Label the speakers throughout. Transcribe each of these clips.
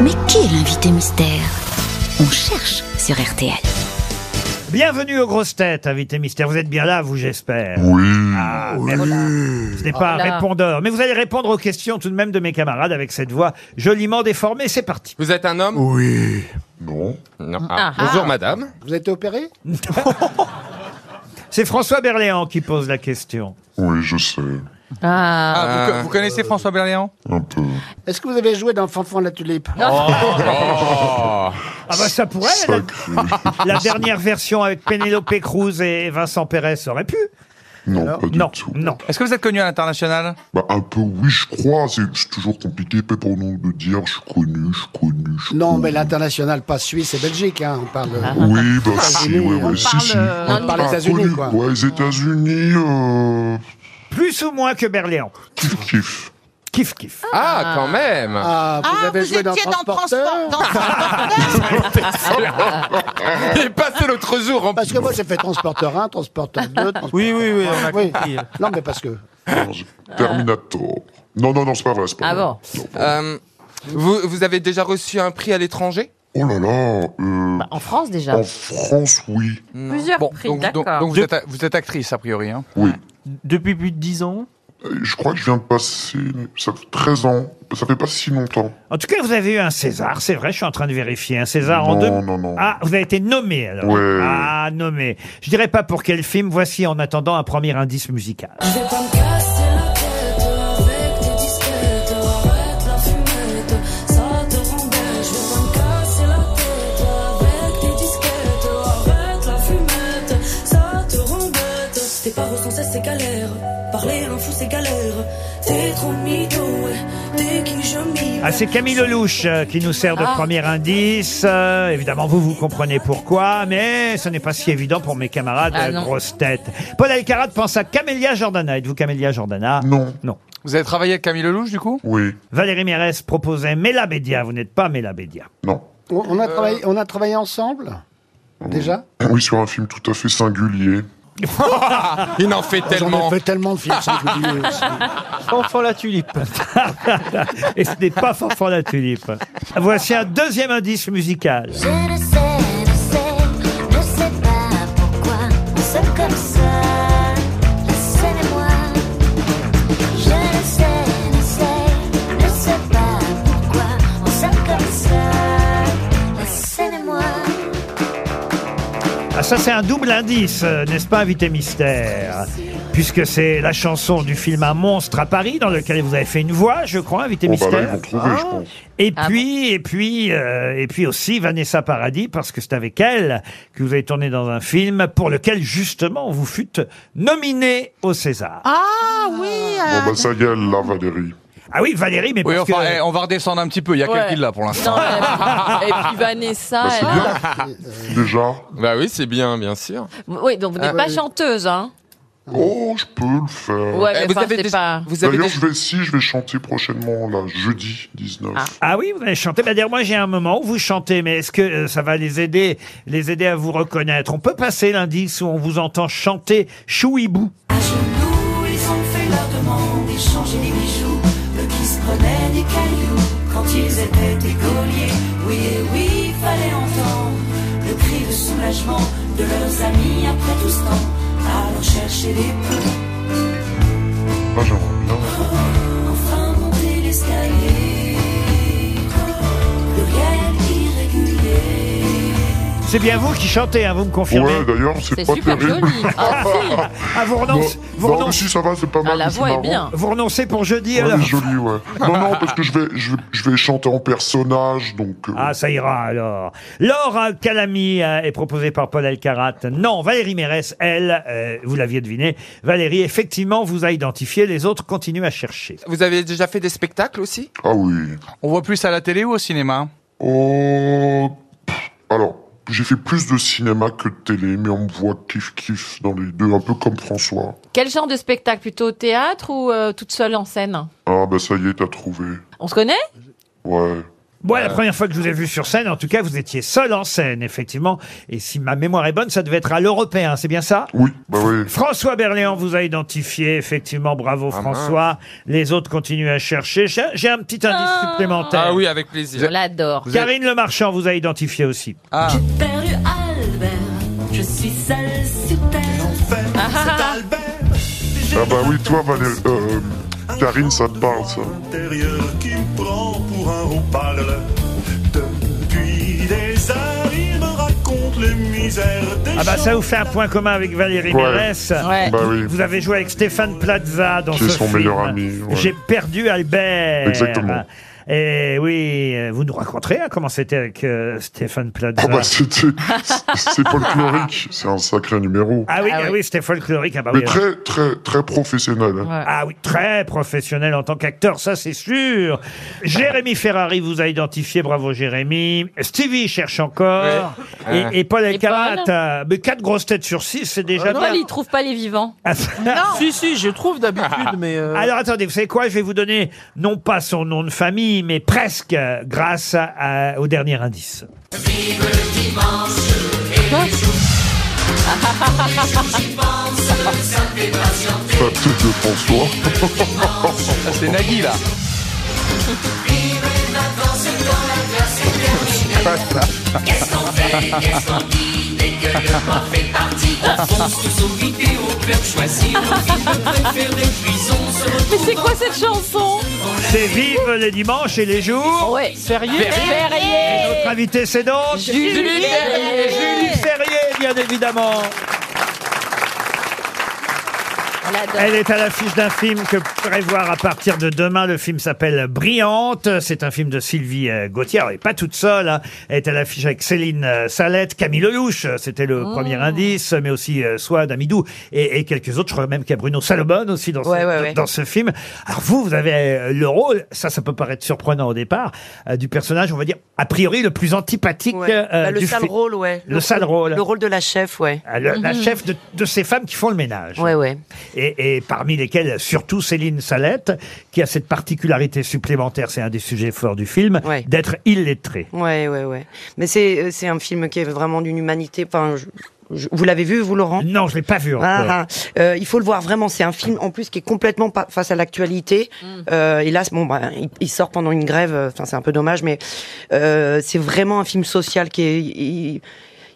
Speaker 1: Mais qui est l'invité mystère On cherche sur RTL.
Speaker 2: Bienvenue aux grosses têtes, invité mystère. Vous êtes bien là, vous, j'espère.
Speaker 3: Oui. euh,
Speaker 2: Ah, merci. Ce n'est pas un répondeur. Mais vous allez répondre aux questions tout de même de mes camarades avec cette voix joliment déformée. C'est parti.
Speaker 4: Vous êtes un homme
Speaker 3: Oui. Non.
Speaker 4: Non. Ah. Bonjour madame.
Speaker 5: Vous êtes opéré
Speaker 2: C'est François Berléand qui pose la question.
Speaker 3: Oui, je sais.
Speaker 4: Ah,
Speaker 2: Euh,
Speaker 4: vous, co- vous connaissez François Berléand
Speaker 3: Un peu.
Speaker 5: Est-ce que vous avez joué dans Fanfan la Tulipe
Speaker 2: Ah bah ça pourrait. La,
Speaker 3: Sacré.
Speaker 2: la dernière version avec Penelope Cruz et Vincent Perez ça aurait pu.
Speaker 3: non, pas du
Speaker 2: Non,
Speaker 3: tout.
Speaker 2: non.
Speaker 4: Est-ce que vous êtes connu à l'international
Speaker 3: Bah, un peu, oui, je crois. C'est c'est toujours compliqué, peut-être, pour nous, de dire je suis connu, je suis connu, je suis
Speaker 5: Oh. Non,
Speaker 3: connu.
Speaker 5: mais l'international, pas Suisse et Belgique, hein, on parle.
Speaker 3: Oui, bah, si, ouais, ouais,
Speaker 5: on
Speaker 3: si,
Speaker 6: parle,
Speaker 3: si.
Speaker 6: euh,
Speaker 3: Un-
Speaker 5: on parle
Speaker 3: un
Speaker 5: États-Unis,
Speaker 3: connu.
Speaker 5: quoi.
Speaker 3: Ouais, les États-Unis, euh,
Speaker 2: Plus ou moins que Berléand.
Speaker 3: kiff, kiff.
Speaker 2: Kiff kiff.
Speaker 4: Ah, quand même
Speaker 5: Ah, vous avez joué dans Transporteur
Speaker 4: Il est passé l'autre jour en
Speaker 5: Parce que moi j'ai fait Transporteur 1, Transporteur 2, Transporteur
Speaker 6: Oui, oui, oui, on a
Speaker 5: Oui.
Speaker 6: compris.
Speaker 5: Non, mais parce que. Ah.
Speaker 3: Terminator. Non, non, non, c'est pas vrai, c'est pas
Speaker 7: Ah
Speaker 3: vrai.
Speaker 7: bon
Speaker 3: Non, pas vrai.
Speaker 4: Euh, vous, vous avez déjà reçu un prix à l'étranger
Speaker 3: Oh là là, euh,
Speaker 5: Bah,
Speaker 7: En France déjà.
Speaker 3: en France, oui.
Speaker 7: Plusieurs
Speaker 4: Bon,
Speaker 7: prix,
Speaker 4: donc, donc-
Speaker 7: d'accord.
Speaker 4: donc vous, êtes, vous êtes actrice a priori. hein.
Speaker 3: Oui.
Speaker 6: Depuis plus de 10 ans
Speaker 3: Euh, Je crois que je viens de passer, ça fait 13 ans. Ça fait pas si longtemps.
Speaker 2: En tout cas, vous avez eu un César, c'est vrai, je suis en train de vérifier. Un César en
Speaker 3: non,
Speaker 2: deux.
Speaker 3: non, non.
Speaker 2: Ah, vous avez été nommé alors.
Speaker 3: Ouais.
Speaker 2: Ah, nommé. Je dirais pas pour quel film. Voici en attendant un premier indice musical.
Speaker 8: Je vais pas me casser la tête avec tes disquettes. Arrête la fumette, ça te rend bête. Je vais pas me casser la tête avec tes disquettes. Arrête la fumette, ça te rend bête. Tes parents sans cesse c'est galère. Parler un fou c'est galère. T'es trop mytho, ouais. Dès que je m'y
Speaker 2: Ah, c'est Camille Lelouch euh, qui nous sert de
Speaker 7: Ah.
Speaker 2: premier indice. Euh, évidemment, vous, vous comprenez pourquoi, mais ce n'est pas si évident pour mes camarades
Speaker 7: Ah,
Speaker 2: euh,
Speaker 7: non.
Speaker 2: grosses têtes. Paul Alcarat pense à Camélia Jordana. Êtes-vous Camélia Jordana
Speaker 3: Non,
Speaker 2: Non.
Speaker 4: Vous avez travaillé avec Camille Lelouch du coup
Speaker 3: oui,
Speaker 2: Valérie Mérès proposait Mela Bédia. Vous n'êtes pas Mela Bédia.
Speaker 3: non.
Speaker 5: On, on a, travaillé, on a travaillé ensemble Déjà
Speaker 3: Oui, sur un film tout à fait singulier.
Speaker 4: Il en fait
Speaker 5: Ah, J'en
Speaker 4: tellement.
Speaker 5: ai fait tellement de films singuliers aussi.
Speaker 6: Enfant la tulipe.
Speaker 2: Et ce n'est pas Fanfan la Tulipe. Voici un deuxième indice musical.
Speaker 8: Je le sais, je sais, je sais pas pourquoi on se comme ça, laissez-moi. Je le sais, je sais, je sais pas pourquoi on se comme ça, laissez-moi.
Speaker 2: Ah, ça, c'est un double indice, euh, n'est-ce pas, invité mystère Puisque c'est la chanson du film Un monstre à Paris, dans lequel vous avez fait une voix, je crois, invité
Speaker 4: Oh,
Speaker 3: Bon, bah là, ils
Speaker 2: mystère.
Speaker 3: vont trouver, je pense.
Speaker 2: Et
Speaker 7: Ah
Speaker 2: puis, et puis, euh, et puis aussi Vanessa Paradis, parce que c'est avec elle que vous avez tourné dans un film pour lequel justement vous fûtes nominé au César. Ah,
Speaker 3: Bon, bah, ça y est, elle, là, Valérie.
Speaker 2: oui, Valérie, mais
Speaker 4: Oui,
Speaker 2: parce
Speaker 4: enfin,
Speaker 2: que
Speaker 4: eh, on va redescendre un petit peu, il y a
Speaker 7: Ouais.
Speaker 4: quelqu'un là pour l'instant.
Speaker 7: Non, mais- et puis Vanessa.
Speaker 3: Bah, c'est
Speaker 7: elle-
Speaker 3: bien. Déjà.
Speaker 4: Bah oui, c'est bien, bien sûr.
Speaker 7: Oui, donc vous n'êtes pas chanteuse, hein
Speaker 3: Oh, je peux le faire.
Speaker 7: Ouais,
Speaker 4: Eh,
Speaker 7: mais enfin, c'est
Speaker 4: déjà-
Speaker 7: pas.
Speaker 4: vous avez
Speaker 3: D'ailleurs,
Speaker 4: déjà-
Speaker 3: je vais, si, je vais chanter prochainement, là, jeudi 19.
Speaker 7: Ah.
Speaker 2: ah oui, vous allez chanter. Bah, d'ailleurs, moi, j'ai un moment où vous chantez, mais est-ce que euh, ça va les aider, les aider à vous reconnaître On peut passer l'indice où on vous entend chanter Chouibou.
Speaker 8: À genoux, ils ont fait leur demande, ils changeaient les bijoux, eux qui se prenaient des cailloux quand ils étaient écoliers. Oui, et oui, fallait entendre le cri de soulagement de leurs amis après tout ce temps. Alors chercher les peu,
Speaker 3: Ah, j'aimerais bien.
Speaker 8: enfin monter l'escalier. Pluriel irrégulier.
Speaker 2: C'est bien vous qui chantez, hein, vous me confirmez
Speaker 3: Ouais, bah, d'ailleurs, c'est
Speaker 7: C'est
Speaker 3: pas
Speaker 7: super
Speaker 3: terrible.
Speaker 7: joli. Ah, si.
Speaker 2: Ah, vous
Speaker 3: Non,
Speaker 2: renoncez, vous,
Speaker 3: non, mais
Speaker 2: renoncez-
Speaker 3: bah, si, ça va, c'est pas mal.
Speaker 7: Ah, la
Speaker 3: c'est
Speaker 7: voix est
Speaker 3: marrant.
Speaker 7: bien.
Speaker 2: vous renoncez pour jeudi,
Speaker 3: Ouais, elle
Speaker 2: alors
Speaker 3: est jolie, ouais. Non, non, parce que je vais, je, vais- je vais chanter en personnage, donc. euh,
Speaker 2: Ah, ça ira alors. Laura Calami euh, est proposée par Paul Elkarat. Non, Valérie Mérès, elle, euh, vous l'aviez deviné. Valérie, effectivement, vous a identifié. Les autres continuent à chercher.
Speaker 4: vous avez déjà fait des spectacles aussi
Speaker 3: ah oui.
Speaker 4: On voit plus à la télé ou au cinéma
Speaker 3: Oh. pff, Alors, j'ai fait plus de cinéma que de télé, mais on me voit kiff-kiff dans les deux, un peu comme François.
Speaker 7: Quel genre de spectacle Plutôt au théâtre ou euh, toute seule en scène
Speaker 3: Ah, bah ça y est, t'as trouvé.
Speaker 7: On se connaît
Speaker 3: Ouais.
Speaker 2: Bon, la première fois que je vous ai vu sur scène, en tout cas, vous étiez seul en scène, effectivement. Et si ma mémoire est bonne, ça devait être à l'européen, c'est bien ça
Speaker 3: Oui, bah oui.
Speaker 2: François Berléand vous a identifié, effectivement, bravo
Speaker 3: Ah,
Speaker 2: François. Les autres continuent à chercher. J'ai j'ai un petit indice supplémentaire.
Speaker 4: Ah oui, avec
Speaker 7: On
Speaker 4: plaisir.
Speaker 7: l'adore.
Speaker 2: Karine Le Marchand vous a identifié aussi.
Speaker 9: J'ai perdu Albert, je suis seule sur terre.
Speaker 3: Ah bah oui, toi, Valérie, euh, Karine, ça te parle, ça.
Speaker 10: intérieur qui me prend pour un roux-pâle. Depuis des heures, il me raconte les misères des
Speaker 2: Ah bah ça vous fait un point commun avec Valérie
Speaker 3: Ouais.
Speaker 2: Mérès.
Speaker 7: Ouais.
Speaker 3: Bah oui.
Speaker 2: Vous avez joué avec Stéphane Plaza dans
Speaker 3: Qui
Speaker 2: ce
Speaker 3: est son
Speaker 2: film.
Speaker 3: meilleur ami, ouais.
Speaker 2: J'ai perdu Albert.
Speaker 3: Exactement.
Speaker 2: Et oui, euh, vous nous raconterez hein, comment c'était avec euh, Stéphane Plaza.
Speaker 3: Ah bah c'était... C'est folklorique, c'est un sacré numéro.
Speaker 2: Ah oui,
Speaker 7: Ah
Speaker 2: ah
Speaker 7: oui.
Speaker 2: oui, c'était folklorique. Ah, bah
Speaker 3: Mais
Speaker 2: oui,
Speaker 3: très, très, très professionnel. hein.
Speaker 2: ah oui, très professionnel en tant qu'acteur, ça c'est sûr. Jérémy Ferrari vous a identifié, bravo Jérémy. Stevie cherche encore.
Speaker 4: Ouais.
Speaker 2: Et, et Paul Elkarat,
Speaker 7: Paul
Speaker 2: euh, mais quatre grosses têtes sur six, c'est déjà
Speaker 7: Non,
Speaker 2: bien. Ah,
Speaker 7: il trouve pas les vivants.
Speaker 6: Euh, Si, si, je trouve d'habitude, mais. euh,
Speaker 2: Alors attendez, vous savez quoi Je vais vous donner non pas son nom de famille, mais presque euh, grâce à- à- au dernier indice.
Speaker 3: Pas tout de François.
Speaker 4: Ah, C'est Nagui, là.
Speaker 7: Mais c'est quoi cette chanson
Speaker 2: C'est vive les dimanches et les jours.
Speaker 7: Ouais. Férié. Férié.
Speaker 2: Notre invité, c'est donc
Speaker 7: Julie Julie Ferrier.
Speaker 2: Julie Ferrier, bien évidemment.
Speaker 7: On l'adore.
Speaker 2: Elle est à l'affiche d'un film que vous pourrez voir à partir de demain. Le film s'appelle Brillante. C'est un film de Sylvie euh, Gauthier. Elle n'est pas toute seule. hein. Elle est à l'affiche avec Céline euh, Salette, Camille Lelouch, euh, c'était le
Speaker 7: Oh.
Speaker 2: premier indice, mais aussi euh, Swad Amidou et, et quelques autres. Je crois même qu'il y a Bruno Salomon aussi dans,
Speaker 7: Ouais,
Speaker 2: ce,
Speaker 7: ouais, ouais.
Speaker 2: dans ce film. Alors vous, vous avez euh, le rôle, ça, ça peut paraître surprenant au départ, euh, du personnage, on va dire, a priori, le plus antipathique
Speaker 8: Ouais.
Speaker 2: euh,
Speaker 8: Bah, le
Speaker 2: du
Speaker 8: sale
Speaker 2: film.
Speaker 8: rôle, ouais.
Speaker 2: Le sale rôle.
Speaker 8: Le rôle de la chef, ouais.
Speaker 2: Ah, le- La chef de, de ces femmes qui font le ménage
Speaker 8: Mhm. Ouais, ouais.
Speaker 2: et, et parmi lesquelles surtout Céline Salette, qui a cette particularité supplémentaire, c'est un des sujets forts du film,
Speaker 8: Ouais.
Speaker 2: d'être illettrée.
Speaker 8: Ouais, ouais, ouais. Mais c'est euh, c'est un film qui est vraiment d'une humanité. Enfin, je- je- vous l'avez vu, vous, Laurent
Speaker 2: Non, je l'ai pas vu encore.
Speaker 8: Ah, ah. Euh, il faut le voir vraiment. C'est un film en plus qui est complètement pas face à l'actualité. Euh, hélas, bon, bah, il, il sort pendant une grève. euh, Enfin, c'est un peu dommage, mais euh, c'est vraiment un film social qui est. Il,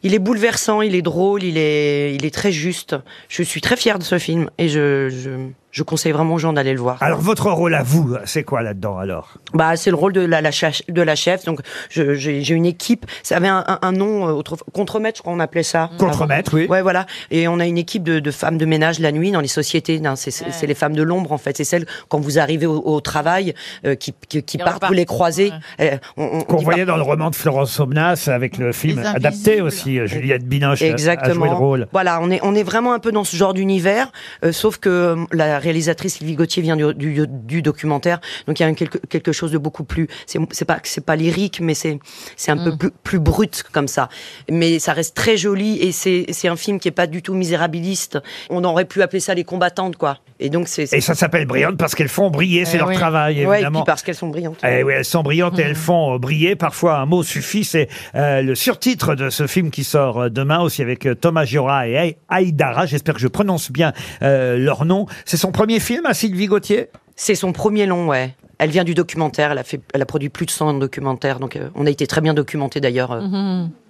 Speaker 8: il est bouleversant, il est drôle, il est, il est très juste. Je suis très fière de ce film et je, je, je conseille vraiment aux gens d'aller le voir.
Speaker 2: Alors votre rôle à vous, c'est quoi là-dedans alors
Speaker 8: Bah, c'est le rôle de la, la chef, de la chef. Donc, je- j'ai j'ai une équipe. Ça avait un, un- un nom euh, autrefois, contremaître, je crois, on appelait ça.
Speaker 2: Contremaître, oui.
Speaker 8: Ah, Ouais, voilà. Et on a une équipe de, de femmes de ménage la nuit dans les sociétés. hein. C'est c'est- c'est les femmes de l'ombre, en fait. C'est celles, quand vous arrivez au, au travail, euh, qui, qui, qui
Speaker 7: Qui
Speaker 8: partent, vous
Speaker 7: repartent.
Speaker 8: les croisez. Euh, on- on-
Speaker 2: Qu'on
Speaker 8: ils
Speaker 2: voyait
Speaker 8: partent.
Speaker 2: dans le roman de Florence Somnas avec le film
Speaker 11: Les
Speaker 2: adapté
Speaker 11: Invisibles.
Speaker 2: aussi, euh, Juliette Binoche a- a
Speaker 8: Exactement.
Speaker 2: joué le rôle.
Speaker 8: Voilà, on est on est vraiment un peu dans ce genre d'univers, euh, sauf que euh, la réalisatrice Sylvie Gauthier vient du, du, du documentaire, donc il y a un quelque quelque chose de beaucoup plus c'est c'est pas c'est pas lyrique, mais c'est c'est un peu plus, plus brut comme ça, mais ça reste très joli et c'est c'est un film qui est pas du tout misérabiliste. On aurait pu appeler ça les combattantes quoi. Et donc c'est c'est-
Speaker 2: Et ça s'appelle Brillante parce qu'elles font briller, c'est
Speaker 7: Eh
Speaker 2: leur
Speaker 7: oui.
Speaker 2: travail
Speaker 8: ouais, et puis
Speaker 2: évidemment.
Speaker 8: parce qu'elles sont brillantes.
Speaker 2: Eh oui, elles sont brillantes et elles font euh, briller. Parfois, un mot suffit. C'est euh, le surtitre de ce film qui sort euh, demain aussi avec euh, Thomas Giora et Aï- Aïdara. J'espère que je prononce bien euh, leur nom. C'est son premier film à Sylvie Gauthier
Speaker 8: C'est son premier long, ouais. Elle vient du documentaire, elle a fait elle a produit plus de 100 documentaires, donc euh, on a été très bien documenté d'ailleurs. euh,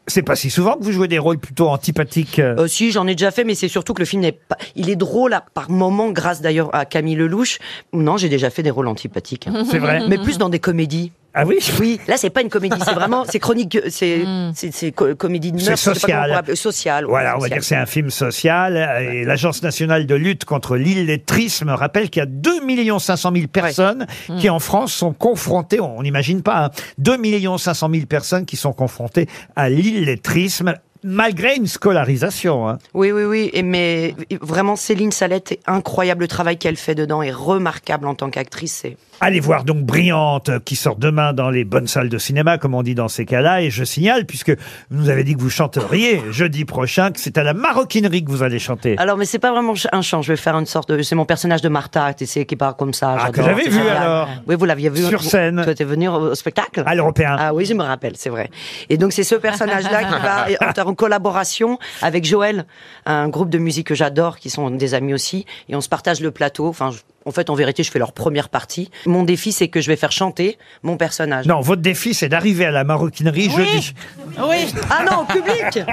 Speaker 2: C'est pas si souvent que vous jouez des rôles plutôt antipathiques. euh.
Speaker 8: Euh, si, j'en ai déjà fait, mais c'est surtout que le film n'est pas. Il est drôle à- par moments, grâce d'ailleurs à Camille Lelouch. Non, j'ai déjà fait des rôles antipathiques. hein.
Speaker 2: C'est vrai
Speaker 8: mais plus dans des comédies.
Speaker 2: Ah oui
Speaker 8: Oui, là c'est pas une comédie, c'est vraiment c'est chronique, c'est c'est c'est co- comédie de
Speaker 2: Hmm. C'est
Speaker 8: mœurs, je sais pas
Speaker 2: social.
Speaker 8: comment on l'appelle, social. ouais,
Speaker 2: Voilà, on va
Speaker 8: social.
Speaker 2: dire que c'est un film social. euh, Et l'Agence nationale de lutte contre l'illettrisme rappelle qu'il y a 2 500 000 personnes qui, en France, sont confrontées, on on n'imagine pas, hein, 2 500 000 personnes qui sont confrontées à l'illettrisme. malgré une scolarisation. hein.
Speaker 8: Oui, oui, oui. Et mais vraiment, Céline Salette, incroyable le travail qu'elle fait dedans et remarquable en tant qu'actrice. c'est-
Speaker 2: Allez voir donc Brillante euh, qui sort demain dans les bonnes salles de cinéma, comme on dit dans ces cas-là. Et je signale, puisque vous nous avez dit que vous chanteriez jeudi prochain, que c'est à la maroquinerie que vous allez chanter.
Speaker 8: Alors, mais c'est pas vraiment ch- un chant. Je vais faire une sorte. de- C'est mon personnage de Martha, tu sais, qui parle comme ça.
Speaker 2: Ah, que
Speaker 8: j'adore,
Speaker 2: j'avais
Speaker 8: c'est
Speaker 2: vu,
Speaker 8: formidable.
Speaker 2: alors.
Speaker 8: Oui, vous l'aviez vu
Speaker 2: Sur
Speaker 8: Vous-
Speaker 2: scène.
Speaker 8: Toi, t'es venu au au spectacle.
Speaker 2: À l'européen.
Speaker 8: Ah oui, je me rappelle, c'est vrai. Et donc c'est ce personnage-là qui va être en collaboration avec Joël, un groupe de musique que j'adore, qui sont des amis aussi, et on se partage le plateau. Enfin, je- en fait, en vérité, je fais leur première partie. Mon défi, c'est que je vais faire chanter mon personnage.
Speaker 2: Non, votre défi, c'est d'arriver à la maroquinerie jeudi.
Speaker 8: Oui. Ah non, au public.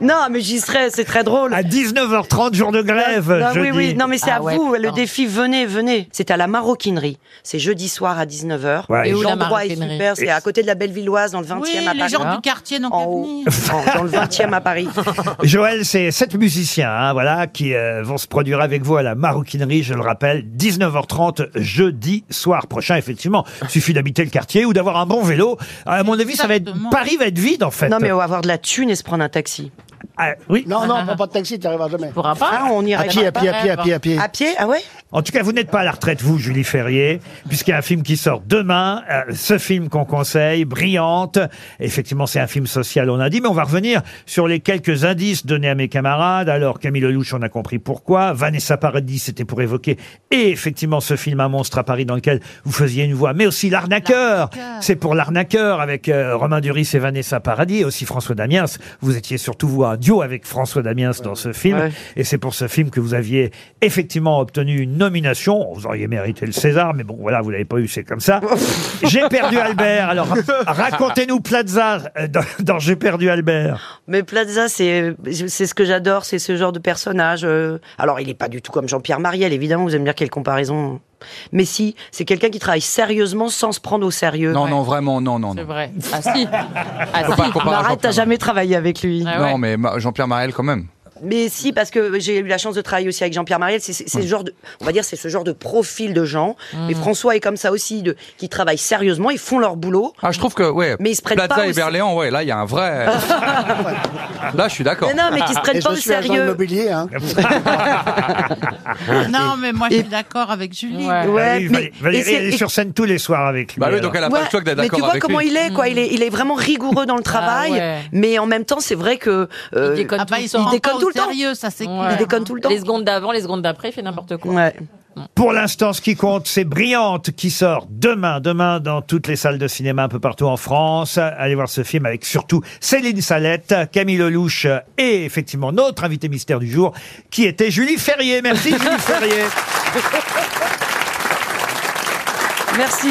Speaker 8: non, mais j'y serai. C'est très drôle.
Speaker 2: À 19h30, jour de grève,
Speaker 8: Ah
Speaker 2: jeudi.
Speaker 8: oui, oui, non, mais c'est
Speaker 7: Ah
Speaker 8: à
Speaker 7: ouais,
Speaker 8: vous,
Speaker 7: putain.
Speaker 8: le défi, venez, venez. C'est à la maroquinerie. C'est jeudi soir à 19h.
Speaker 2: Ouais. Et
Speaker 7: où la
Speaker 8: L'endroit est
Speaker 7: Maroquinerie
Speaker 8: super, c'est à côté de la Bellevilloise, dans le 20e
Speaker 11: Oui,
Speaker 8: à Paris.
Speaker 11: les gens
Speaker 8: Hein
Speaker 11: du quartier n'ont
Speaker 8: En
Speaker 11: qu'à
Speaker 8: haut.
Speaker 11: venir.
Speaker 8: En- dans le 20e à Paris.
Speaker 2: Joël, c'est sept musiciens, hein, voilà, qui euh, vont se produire avec vous à la maroquinerie, je le rappelle, 19h30 jeudi soir prochain. Effectivement, suffit d'habiter le quartier ou d'avoir un bon vélo. À mon avis, ça va être
Speaker 11: Exactement.
Speaker 2: Paris va être vide en fait.
Speaker 8: Non, mais on va avoir de la thune et se prendre un taxi.
Speaker 2: Ah, oui.
Speaker 5: Non, non, prends pas de taxi, t'y arriveras jamais.
Speaker 11: Pourra
Speaker 8: Ah, on ira
Speaker 5: À pied, à pied, à pied, à pied, à pied.
Speaker 8: À pied, ah ouais
Speaker 2: En tout cas, vous n'êtes pas à la retraite, vous, Julie Ferrier, puisqu'il y a un film qui sort demain, euh, ce film qu'on conseille, Brillante. Effectivement, c'est un film social, on a dit, mais on va revenir sur les quelques indices donnés à mes camarades. Alors, Camille Lelouch, on a compris pourquoi. Vanessa Paradis, c'était pour évoquer, et effectivement, ce film Un monstre à Paris dans lequel vous faisiez une voix, mais aussi L'arnaqueur. C'est pour L'arnaqueur avec euh, Romain Duris et Vanessa Paradis, et aussi François Damiens. Vous étiez surtout, vous, un duo avec François Damiens dans ce film.
Speaker 8: Ouais.
Speaker 2: Et c'est pour ce film que vous aviez effectivement obtenu une nomination. Vous auriez mérité le César, mais bon, voilà, vous l'avez pas eu, c'est comme ça. J'ai perdu Albert. Alors, ra- racontez-nous Plaza euh, dans, dans J'ai perdu Albert.
Speaker 8: Mais Plaza, c'est c'est ce que j'adore, c'est ce genre de personnage. euh. Alors, il n'est pas du tout comme Jean-Pierre Mariel, évidemment, vous allez me dire quelle comparaison. Mais si, c'est quelqu'un qui travaille sérieusement sans se prendre au sérieux.
Speaker 12: Non, non, vraiment, non, non,
Speaker 11: C'est
Speaker 12: non.
Speaker 11: vrai. Ah si. Ah
Speaker 12: Faut pas
Speaker 11: si.
Speaker 12: comparer à
Speaker 8: Bah, Arrête, t'as
Speaker 12: Jean-Pierre
Speaker 8: jamais travaillé avec lui.
Speaker 11: Ah
Speaker 12: Mariel.
Speaker 11: ouais.
Speaker 12: Non, mais Ma- Jean-Pierre Mariel quand même.
Speaker 8: Mais si, parce que j'ai eu la chance de travailler aussi avec Jean-Pierre Mariel. C'est c'est- c'est ce genre de, on va dire, c'est ce genre de profil de gens.
Speaker 5: Hmm.
Speaker 8: Et François est comme ça aussi, de, qui travaillent sérieusement, ils font leur boulot.
Speaker 12: Ah, je trouve que, ouais.
Speaker 8: Mais ils se prennent
Speaker 12: Plaza
Speaker 8: pas
Speaker 12: et
Speaker 8: aussi-
Speaker 12: Berléand, ouais, là, il y a un vrai. là, je suis d'accord. Ah.
Speaker 8: Mais non, mais qui se prennent
Speaker 5: Et
Speaker 8: pas
Speaker 5: je
Speaker 8: au
Speaker 5: suis agent
Speaker 8: sérieux.
Speaker 5: immobilier, hein.
Speaker 11: Non, mais moi, je suis d'accord avec Julie.
Speaker 8: Ouais,
Speaker 2: Bah Oui,
Speaker 8: mais-
Speaker 2: Valé- Valérie,
Speaker 8: et c'est-
Speaker 2: elle est sur scène tous les soirs avec lui.
Speaker 12: Bah oui,
Speaker 2: alors.
Speaker 12: donc elle a
Speaker 8: Ouais,
Speaker 12: pas le choix que d'être
Speaker 8: mais tu
Speaker 12: d'accord
Speaker 8: vois
Speaker 12: avec
Speaker 8: comment
Speaker 12: lui.
Speaker 8: il est, quoi. Il est, il est vraiment rigoureux dans le travail,
Speaker 11: ouais.
Speaker 8: mais en même temps, c'est vrai que euh,
Speaker 1: Il déconne
Speaker 11: Ah bah,
Speaker 1: tout
Speaker 11: ils
Speaker 1: le
Speaker 11: sont
Speaker 1: temps.
Speaker 8: il déconne
Speaker 11: encore
Speaker 8: tout
Speaker 11: au
Speaker 8: le temps.
Speaker 11: sérieux, ça c'est
Speaker 1: Ouais.
Speaker 8: il
Speaker 11: clair.
Speaker 8: déconne tout le temps.
Speaker 1: Les secondes d'avant, les secondes d'après, il fait n'importe quoi.
Speaker 8: Ouais.
Speaker 2: Pour l'instant, ce qui compte, c'est Brillante qui sort demain, demain dans toutes les salles de cinéma un peu partout en France. Allez voir ce film avec surtout Céline Salette, Camille Lelouch et effectivement notre invité mystère du jour qui était Julie Ferrier. Merci Julie Ferrier.
Speaker 8: Merci.